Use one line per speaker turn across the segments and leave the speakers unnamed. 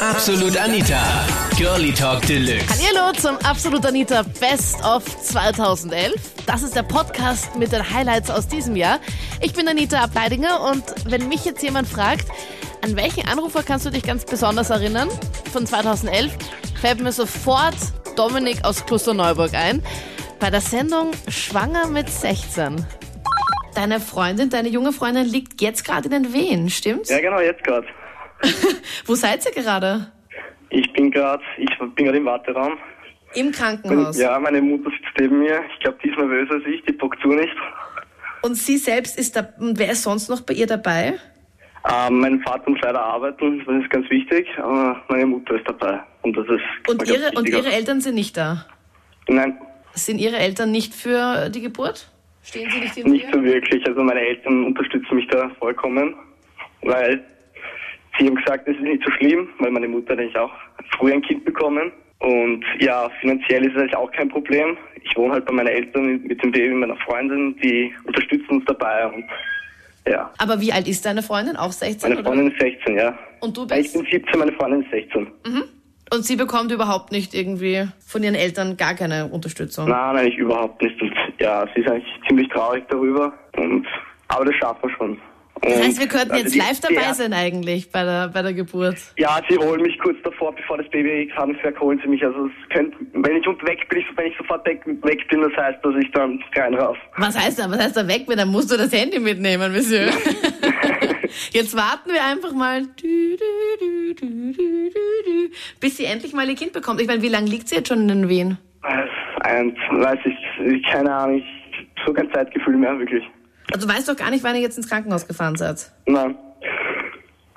Absolut Anita, Girlie Talk Deluxe.
Hallo zum Absolut Anita Best of 2011. Das ist der Podcast mit den Highlights aus diesem Jahr. Ich bin Anita Ableidinger und wenn mich jetzt jemand fragt, an welchen Anrufer kannst du dich ganz besonders erinnern von 2011, fällt mir sofort Dominik aus Klosterneuburg ein. Bei der Sendung Schwanger mit 16.
Deine Freundin, deine junge Freundin liegt jetzt gerade in den Wehen, stimmt's?
Ja, genau, jetzt gerade.
Wo seid ihr gerade?
Ich bin gerade, ich bin gerade im Warteraum.
Im Krankenhaus.
Ja, meine Mutter sitzt neben mir. Ich glaube, die ist nervöser als ich, die bockt zu nicht.
Und sie selbst ist da. Und wer ist sonst noch bei ihr dabei?
Ähm, mein Vater muss leider arbeiten, das ist ganz wichtig, aber meine Mutter ist dabei. Und das ist
Und
glaub ich,
ihre, und
wichtiger.
ihre Eltern sind nicht da.
Nein,
Sind ihre Eltern nicht für die Geburt? Stehen sie nicht hinter
nicht
dir?
so wirklich. Also meine Eltern unterstützen mich da vollkommen, weil sie haben gesagt, es ist nicht so schlimm, weil meine Mutter hat eigentlich auch früh ein Kind bekommen. Und ja, finanziell ist es eigentlich auch kein Problem. Ich wohne halt bei meinen Eltern mit dem Baby meiner Freundin, die unterstützen uns dabei. Und ja,
Aber wie alt ist deine Freundin? Auch 16?
meine
Oder?
Freundin ist 16, ja.
Und du
Ich
bist? Mhm.
bin 17, meine Freundin ist 16.
Und sie bekommt überhaupt nicht irgendwie von ihren Eltern gar keine Unterstützung.
Nein, eigentlich überhaupt nicht. Und ja, sie ist eigentlich ziemlich traurig darüber. Und, aber das schaffen wir schon.
Das
Und,
heißt, wir könnten
also
jetzt
die-
live
die
dabei
Ärzte-
sein eigentlich bei der, bei der Geburt.
Ja, sie holen mich kurz davor, bevor das Baby krank wird, holen sie mich. Also es könnte, wenn ich und weg bin, ich, wenn ich sofort weg, weg bin, das heißt, dass ich dann rein raus.
Was heißt da? Was heißt da weg? bin? Dann musst du das Handy mitnehmen, Monsieur. Jetzt warten wir einfach mal, dü, dü, dü, dü, dü, dü, dü, bis sie endlich mal ihr Kind bekommt. Ich meine, wie lange liegt sie jetzt schon in den Wehen?
Und weiß ich, keine Ahnung, ich hab so kein Zeitgefühl mehr, wirklich.
Also du weißt doch gar nicht, wann ihr jetzt ins Krankenhaus gefahren seid.
Nein.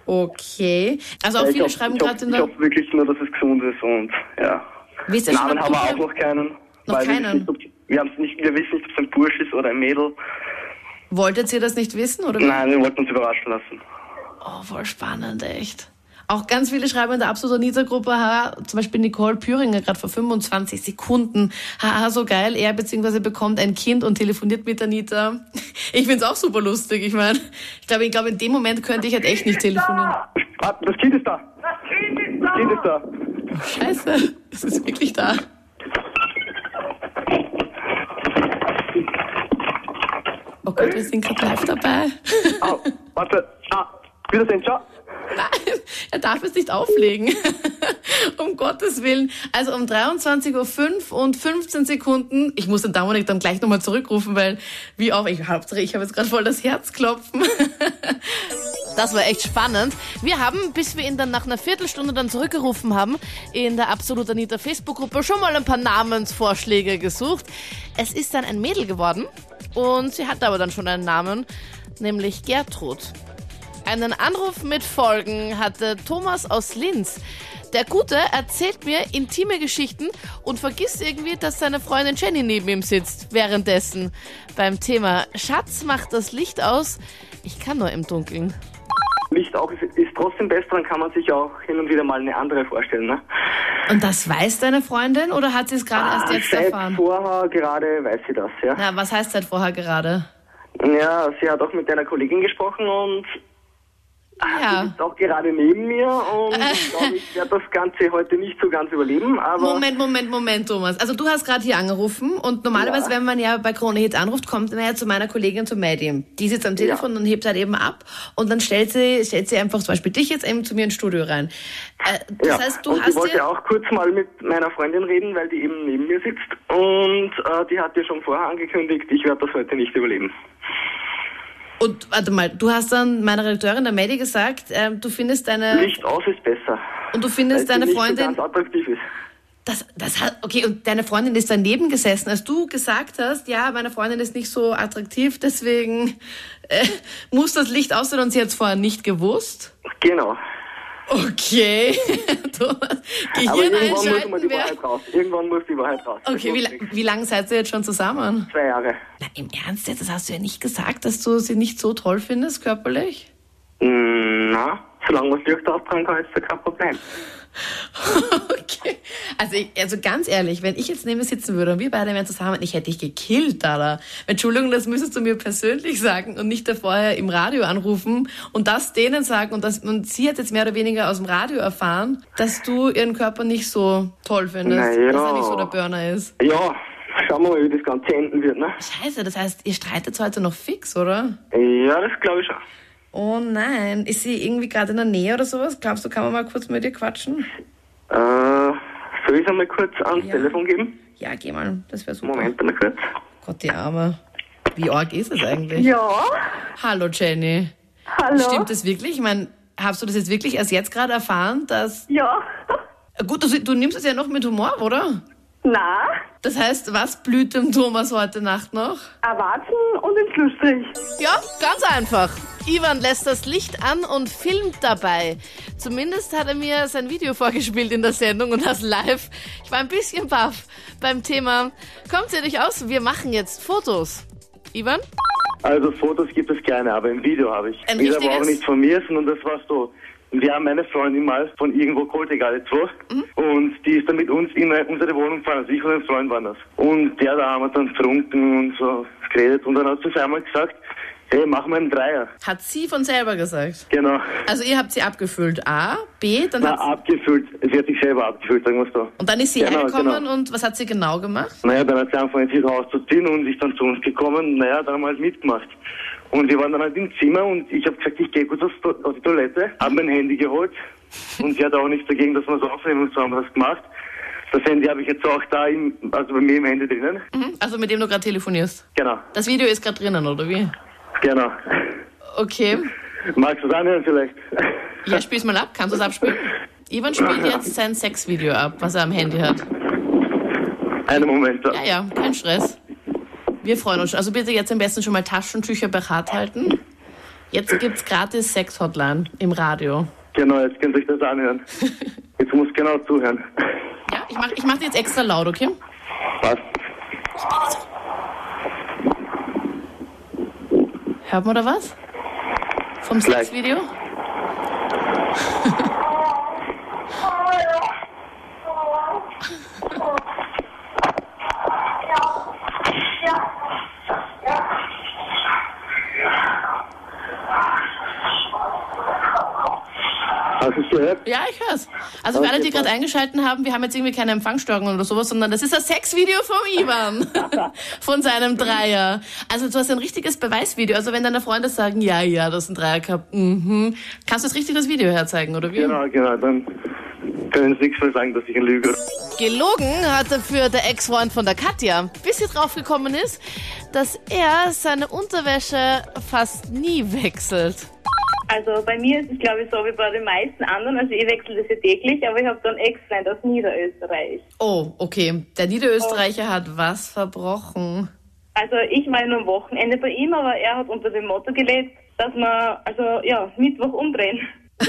Okay. Also auch
Ja,
viele
ich
schreiben
ich
gerade in
hoffe, ich
der...
hoffe wirklich nur, dass es gesund ist und ja.
Wisst ihr schon,
Namen
ob
haben wir
du-
auch noch keinen.
Noch
weil
keinen?
Wir, wissen nicht, ob, wir, haben's nicht, wir wissen nicht, ob es ein Bursch ist oder ein Mädel.
Wolltet ihr das nicht wissen? Oder?
Nein, wir wollten uns überraschen lassen.
Oh, voll spannend, echt. Auch ganz viele schreiben in der absolut Anita-Gruppe, haha, zum Beispiel Nicole Püringer, gerade vor 25 Sekunden, haha, so geil, er beziehungsweise bekommt ein Kind und telefoniert mit Anita. Ich find's auch super lustig, ich meine, ich glaube, ich glaube, in dem Moment könnte ich halt echt nicht telefonieren.
Ah, das Kind ist da!
Das Kind ist
Das Kind ist da!
Scheiße, es ist wirklich da. Oh Gott, wir sind gerade live dabei.
Au, warte. Ah, wiedersehen, ciao!
Nein, er darf es nicht auflegen. um Gottes Willen. Also um 23.05 Uhr und 15 Sekunden. Ich muss den Dominik dann gleich nochmal zurückrufen, weil wie auch, ich habe ich hab jetzt gerade voll das Herzklopfen.
Das war echt spannend. Wir haben, bis wir ihn dann nach einer Viertelstunde dann zurückgerufen haben, in der Absolut Anita Facebook-Gruppe schon mal ein paar Namensvorschläge gesucht. Es ist dann ein Mädel geworden und sie hatte aber dann schon einen Namen, nämlich Gertrud. Einen Anruf mit Folgen hatte Thomas aus Linz. Der Gute erzählt mir intime Geschichten und vergisst irgendwie, dass seine Freundin Jenny neben ihm sitzt. Währenddessen beim Thema Schatz macht das Licht aus. Ich kann nur im Dunkeln.
Licht auch ist, ist trotzdem besser, dann kann man sich auch hin und wieder mal eine andere vorstellen. Ne?
Und das weiß deine Freundin oder hat sie es gerade erst Ah, jetzt
Seit
erfahren?
vorher gerade weiß sie das, ja.
Na, was heißt seit vorher gerade?
Ja, sie hat auch mit einer Kollegin gesprochen und
Ja. Ah.
ist auch gerade neben mir und ich glaube, ich werde das Ganze heute nicht so ganz überleben, aber
Moment, Moment, Moment, Thomas. Also du hast gerade hier angerufen und normalerweise,
Ja.
wenn man ja bei Krone Hit anruft, kommt man ja zu meiner Kollegin, zu Maddie. Die sitzt am Telefon und hebt halt eben ab und dann stellt sie, stellt sie einfach zum Beispiel dich jetzt eben zu mir ins Studio rein. Äh, das
ja.
heißt, du
und ich
hast
wollte
dir...
auch kurz mal mit meiner Freundin reden, weil die eben neben mir sitzt und äh, die hat ja schon vorher angekündigt, ich werde das heute nicht überleben.
Und warte mal, du hast dann meiner Redakteurin, der Maddie, gesagt, ähm, du findest deine...
Licht aus ist besser.
Und du findest
weil sie
deine
nicht
Freundin-
So ganz attraktiv ist.
Das, das hat, okay, und deine Freundin ist daneben gesessen, als du gesagt hast, ja, meine Freundin ist nicht so attraktiv, deswegen äh, muss das Licht aus sein und sie hat es vorher nicht gewusst.
Genau.
Okay, Thomas,
Aber
Gehirn
irgendwann muss immer
einschalten
die
wäre...
Wahrheit raus. Irgendwann muss die Wahrheit raus. Das
Okay,
muss
wie,
nix.
la- wie lange seid ihr jetzt schon zusammen?
Zwei Jahre.
Na, im Ernst jetzt, das hast du ja nicht gesagt, dass du sie nicht so toll findest körperlich?
Mm, Na,
Solange man es Licht auftragen kann, ist da kein Problem.
Okay. Also, ich, also ganz ehrlich, wenn ich jetzt neben mir sitzen würde und wir beide wären zusammen, ich hätte dich gekillt, Dada. Entschuldigung, das müsstest du mir persönlich sagen und nicht da vorher im Radio anrufen und das denen sagen und, das, und sie hat jetzt mehr oder weniger aus dem Radio erfahren, dass du ihren Körper nicht so toll findest,
Na ja.
dass er nicht so der Burner ist.
Ja, schauen wir mal, wie das Ganze enden wird, ne?
Scheiße, das heißt, ihr streitet heute noch fix, oder?
Ja, das glaube ich schon.
Oh nein, ist sie irgendwie gerade in der Nähe oder sowas? Glaubst du, kann man mal kurz mit ihr quatschen?
Äh, soll ich es einmal kurz ans
Ja.
Telefon geben?
Ja, geh mal, das wäre super.
Moment einmal kurz.
Gott, die Arme. Wie arg ist es eigentlich?
Ja,
Hallo Jenny.
hallo.
Stimmt das wirklich? Ich meine, hast du das jetzt wirklich erst jetzt gerade erfahren, dass...
Ja.
Gut, du, du nimmst es ja noch mit Humor, oder?
Na,
Das heißt, was blüht dem Thomas heute Nacht noch?
erwarten und ins Schlussstrich.
Ja, ganz einfach. Ivan lässt das Licht an und filmt dabei. Zumindest hat er mir sein Video vorgespielt in der Sendung und das live. Ich war ein bisschen baff beim Thema. Kommt ihr nicht aus? Wir machen jetzt Fotos. Ivan?
Also Fotos gibt es keine, aber ein Video habe ich.
Ein
ist aber auch
richtiges?
nicht von mir, sondern das warst du. Und Wir haben meine Freundin mal von irgendwo geholt, egal jetzt wo.
Mhm.
Und die ist dann mit uns in unsere Wohnung gefahren. Also ich und ein Freund waren das. Und der da haben wir dann getrunken und so geredet. Und dann hat sie einmal gesagt, hey, mach mal einen Dreier.
Hat sie von selber gesagt.
Genau.
Also ihr habt sie abgefüllt, A, B, dann
Na,
hat sie,
abgefüllt. Sie hat sich selber abgefüllt, sagen wir es so.
und dann ist sie
Genau,
hergekommen
genau.
und was hat sie genau gemacht?
Naja, dann hat sie angefangen, sich rauszuziehen und ist dann zu uns gekommen. Naja, dann haben wir halt mitgemacht. Und wir waren dann halt im Zimmer und ich habe gesagt, ich gehe kurz aufs To- auf die Toilette, habe mein Handy geholt und sie hat auch nichts dagegen, dass wir es aufnehmen und so haben wir das gemacht. Das Handy habe ich jetzt auch da, im, also bei mir im Handy drinnen.
Mhm. Also mit dem du gerade telefonierst.
Genau,
Das Video ist gerade drinnen, oder wie?
genau.
Okay.
Magst du es anhören vielleicht?
Ja, spiel's mal ab. Kannst du es abspielen? Ivan spielt jetzt sein Sexvideo ab, was er am Handy hat.
Einen Moment.
Ja, ja, kein Stress. Wir freuen uns schon. Also bitte jetzt am besten schon mal Taschentücher bereit halten. Jetzt gibt's gratis Sex-Hotline im Radio.
Genau, jetzt könnt ihr euch das anhören. Jetzt muss genau zuhören.
Ja, ich mach, ich mach die jetzt extra laut, okay?
Passt.
Hört man da was? Vom
Gleich.
Sexvideo?
Hast du es gehört?
Ja, ich hör's. Also für
Okay,
alle, die gerade eingeschalten haben, wir haben jetzt irgendwie keine Empfangsstörungen oder sowas, sondern das ist das Sexvideo vom Ivan. Von seinem Dreier. Also du hast ein richtiges Beweisvideo. Also wenn deine Freunde sagen, ja, ja, das ist ein Dreier gehabt, mhm. Kannst du das richtig das Video herzeigen, oder wie?
Genau, genau. Dann können sie nichts mehr sagen, dass ich ein Lüge.
Gelogen hat dafür der Ex-Freund von der Katja, bis sie draufgekommen ist, dass er seine Unterwäsche fast nie wechselt.
Also bei mir ist es, glaube ich, so wie bei den meisten anderen. Also ich wechsle das ja täglich, aber ich habe dann Ex-Freund aus Niederösterreich.
Oh, okay. Der Niederösterreicher hat was verbrochen.
Also ich war ja nur am Wochenende bei ihm, aber er hat unter dem Motto gelebt, dass man, also ja, Mittwoch umdrehen.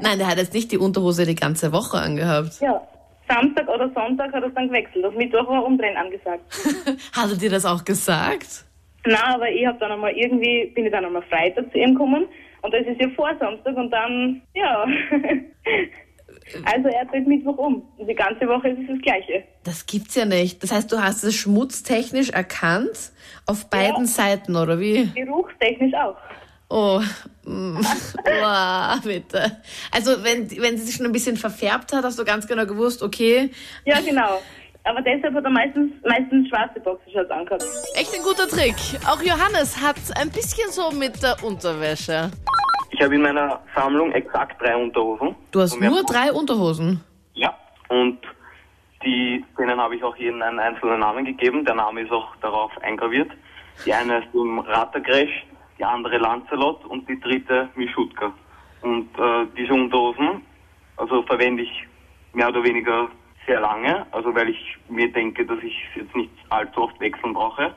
Nein, der hat jetzt nicht die Unterhose die ganze Woche angehabt.
Ja. Samstag oder Sonntag hat er es dann gewechselt. Auf Mittwoch war umdrehen angesagt.
Hat er dir das auch gesagt?
Na, aber ich habe dann einmal irgendwie, bin ich dann einmal Freitag zu ihm gekommen und das ist ja vor Samstag und dann, ja. Also er dreht Mittwoch um. Und die ganze Woche ist es das Gleiche.
Das gibt's ja nicht. Das heißt, du hast es schmutztechnisch erkannt auf beiden Seiten, oder wie?
Geruchstechnisch auch.
Oh, mm. wow, bitte. Also wenn, wenn sie sich schon ein bisschen verfärbt hat, hast du ganz genau gewusst, okay,
Ja, genau. Aber deshalb hat er meistens, meistens schwarze Boxershorts angehabt.
Echt ein guter Trick. Auch Johannes hat ein bisschen so mit der Unterwäsche.
Ich habe in meiner Sammlung exakt drei Unterhosen.
du hast
Und wir-
nur drei Unterhosen.
Ja. Und die, denen habe ich auch jeden einen einzelnen Namen gegeben. Der Name ist auch darauf eingraviert. Die eine ist im Rattergresch, die andere Lancelot und die dritte Mischutka. Und äh, diese Unterhosen, also verwende ich mehr oder weniger sehr lange, also weil ich mir denke, dass ich es jetzt nicht allzu oft wechseln brauche.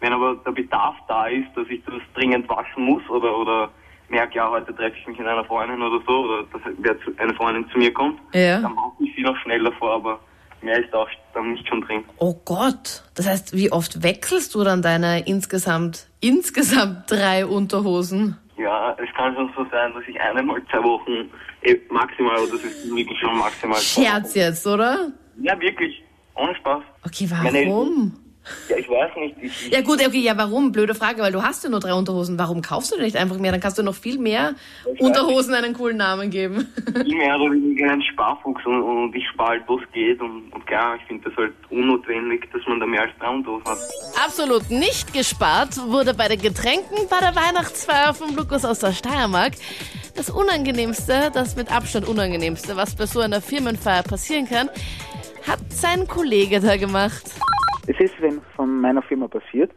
Wenn aber der Bedarf da ist, dass ich das dringend waschen muss oder, oder merke, ja, heute treffe ich mich mit einer Freundin oder so, oder dass wer zu- eine Freundin zu mir kommt,
Ja.
dann brauche ich sie noch schneller vor, aber mehr ist da auch dann nicht schon drin.
Oh Gott, das heißt, wie oft wechselst du dann deine insgesamt, insgesamt drei Unterhosen?
Ja, es kann schon so sein, dass ich einmal zwei Wochen eh, maximal, aber das ist wirklich schon maximal. zwei
Scherz
Wochen-
jetzt, oder?
Ja, wirklich. Ohne Spaß.
Okay,
Meine Eltern-
warum?
Ja, ich weiß nicht. Ich, ich,
Ja gut, okay, ja warum? Blöde Frage, weil du hast ja nur drei Unterhosen. Warum kaufst du dir nicht einfach mehr? Dann kannst du noch viel mehr Unterhosen einen coolen Namen geben.
bin mehr oder weniger ein Sparfuchs und, und ich spare halt, was geht. Und, und klar, ich finde das halt unnotwendig, dass man da mehr als drei Unterhosen hat.
Absolut nicht gespart wurde bei den Getränken bei der Weihnachtsfeier vom Lukas aus der Steiermark. Das Unangenehmste, das mit Abstand Unangenehmste, was bei so einer Firmenfeier passieren kann, hat sein Kollege da gemacht.
Es ist wenn von meiner Firma passiert.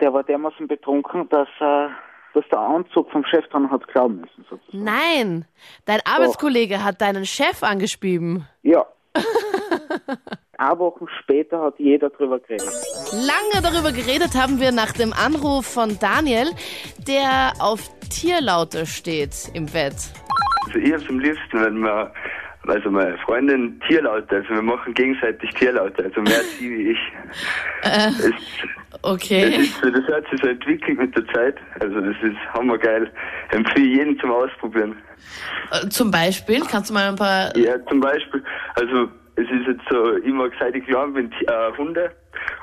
Der war dermaßen betrunken, dass er, dass der Anzug vom Chef dran hat klauen müssen. Sozusagen.
Nein, dein
Oh.
Arbeitskollege hat deinen Chef angeschrieben.
Ja. Ein Wochen später hat jeder drüber geredet.
Lange darüber geredet haben wir nach dem Anruf von Daniel, der auf Tierlaute steht im Bett.
Also ich hab's am liebsten, wenn wir, also meine Freundin Tierlaute, also wir machen gegenseitig Tierlaute, also mehr sie wie ich.
Äh,
Es, es
Okay.
ist, so- das hat sich so entwickelt mit der Zeit, also das ist hammergeil. Empfehle jeden zum Ausprobieren.
Äh, Zum Beispiel, kannst du mal ein paar...
Ja, zum Beispiel, also es ist jetzt so, ich mag seit ich klein bin Ti- äh, Hunde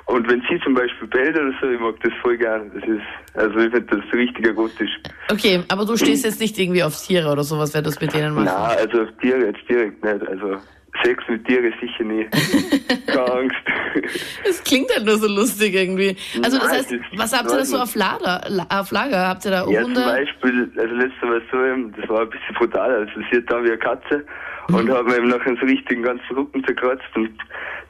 und wenn sie zum Beispiel bellt oder so, ich mag das voll gern. Das ist, also ich find das richtig erotisch.
Okay, aber du stehst jetzt nicht irgendwie auf Tiere oder sowas, wenn du es mit denen machst.
Na, also auf Tiere jetzt direkt nicht. Also Sex mit Tiere sicher nie. Keine Angst.
Das klingt halt nur so lustig irgendwie. Also das
Nein,
heißt,
das-
was habt ihr da so
nein.
auf Lager? La- Auf Lager? Habt ihr da
Ja, zum
Hunde?
Beispiel, also letztes Mal so, eben, das war ein bisschen brutal, also sie hat da wie eine Katze und hat mir eben nachher so richtig den ganzen Rücken zerkratzt und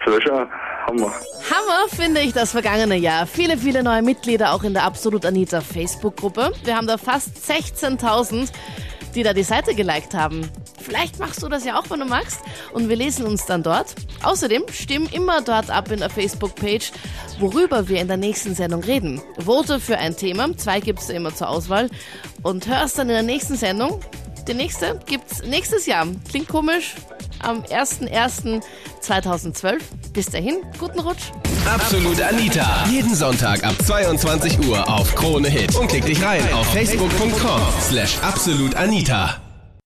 das war schon Hammer.
Hammer finde ich das vergangene Jahr. Viele, viele neue Mitglieder auch in der Absolut Anita Facebook-Gruppe. Wir haben da fast 16.000, die da die Seite geliked haben. Vielleicht machst du das ja auch, wenn du magst. Und wir lesen uns dann dort. Außerdem stimmen immer dort ab in der Facebook-Page, worüber wir in der nächsten Sendung reden. Vote für ein Thema. Zwei gibt's da immer zur Auswahl. Und hörst dann in der nächsten Sendung. Die nächste gibt's nächstes Jahr. Klingt komisch. Am 01.01.2012. Bis dahin, guten Rutsch.
Absolut Anita. Jeden Sonntag ab 22 Uhr auf Krone Hit. Und klick dich rein auf facebook.com slash absolutanita.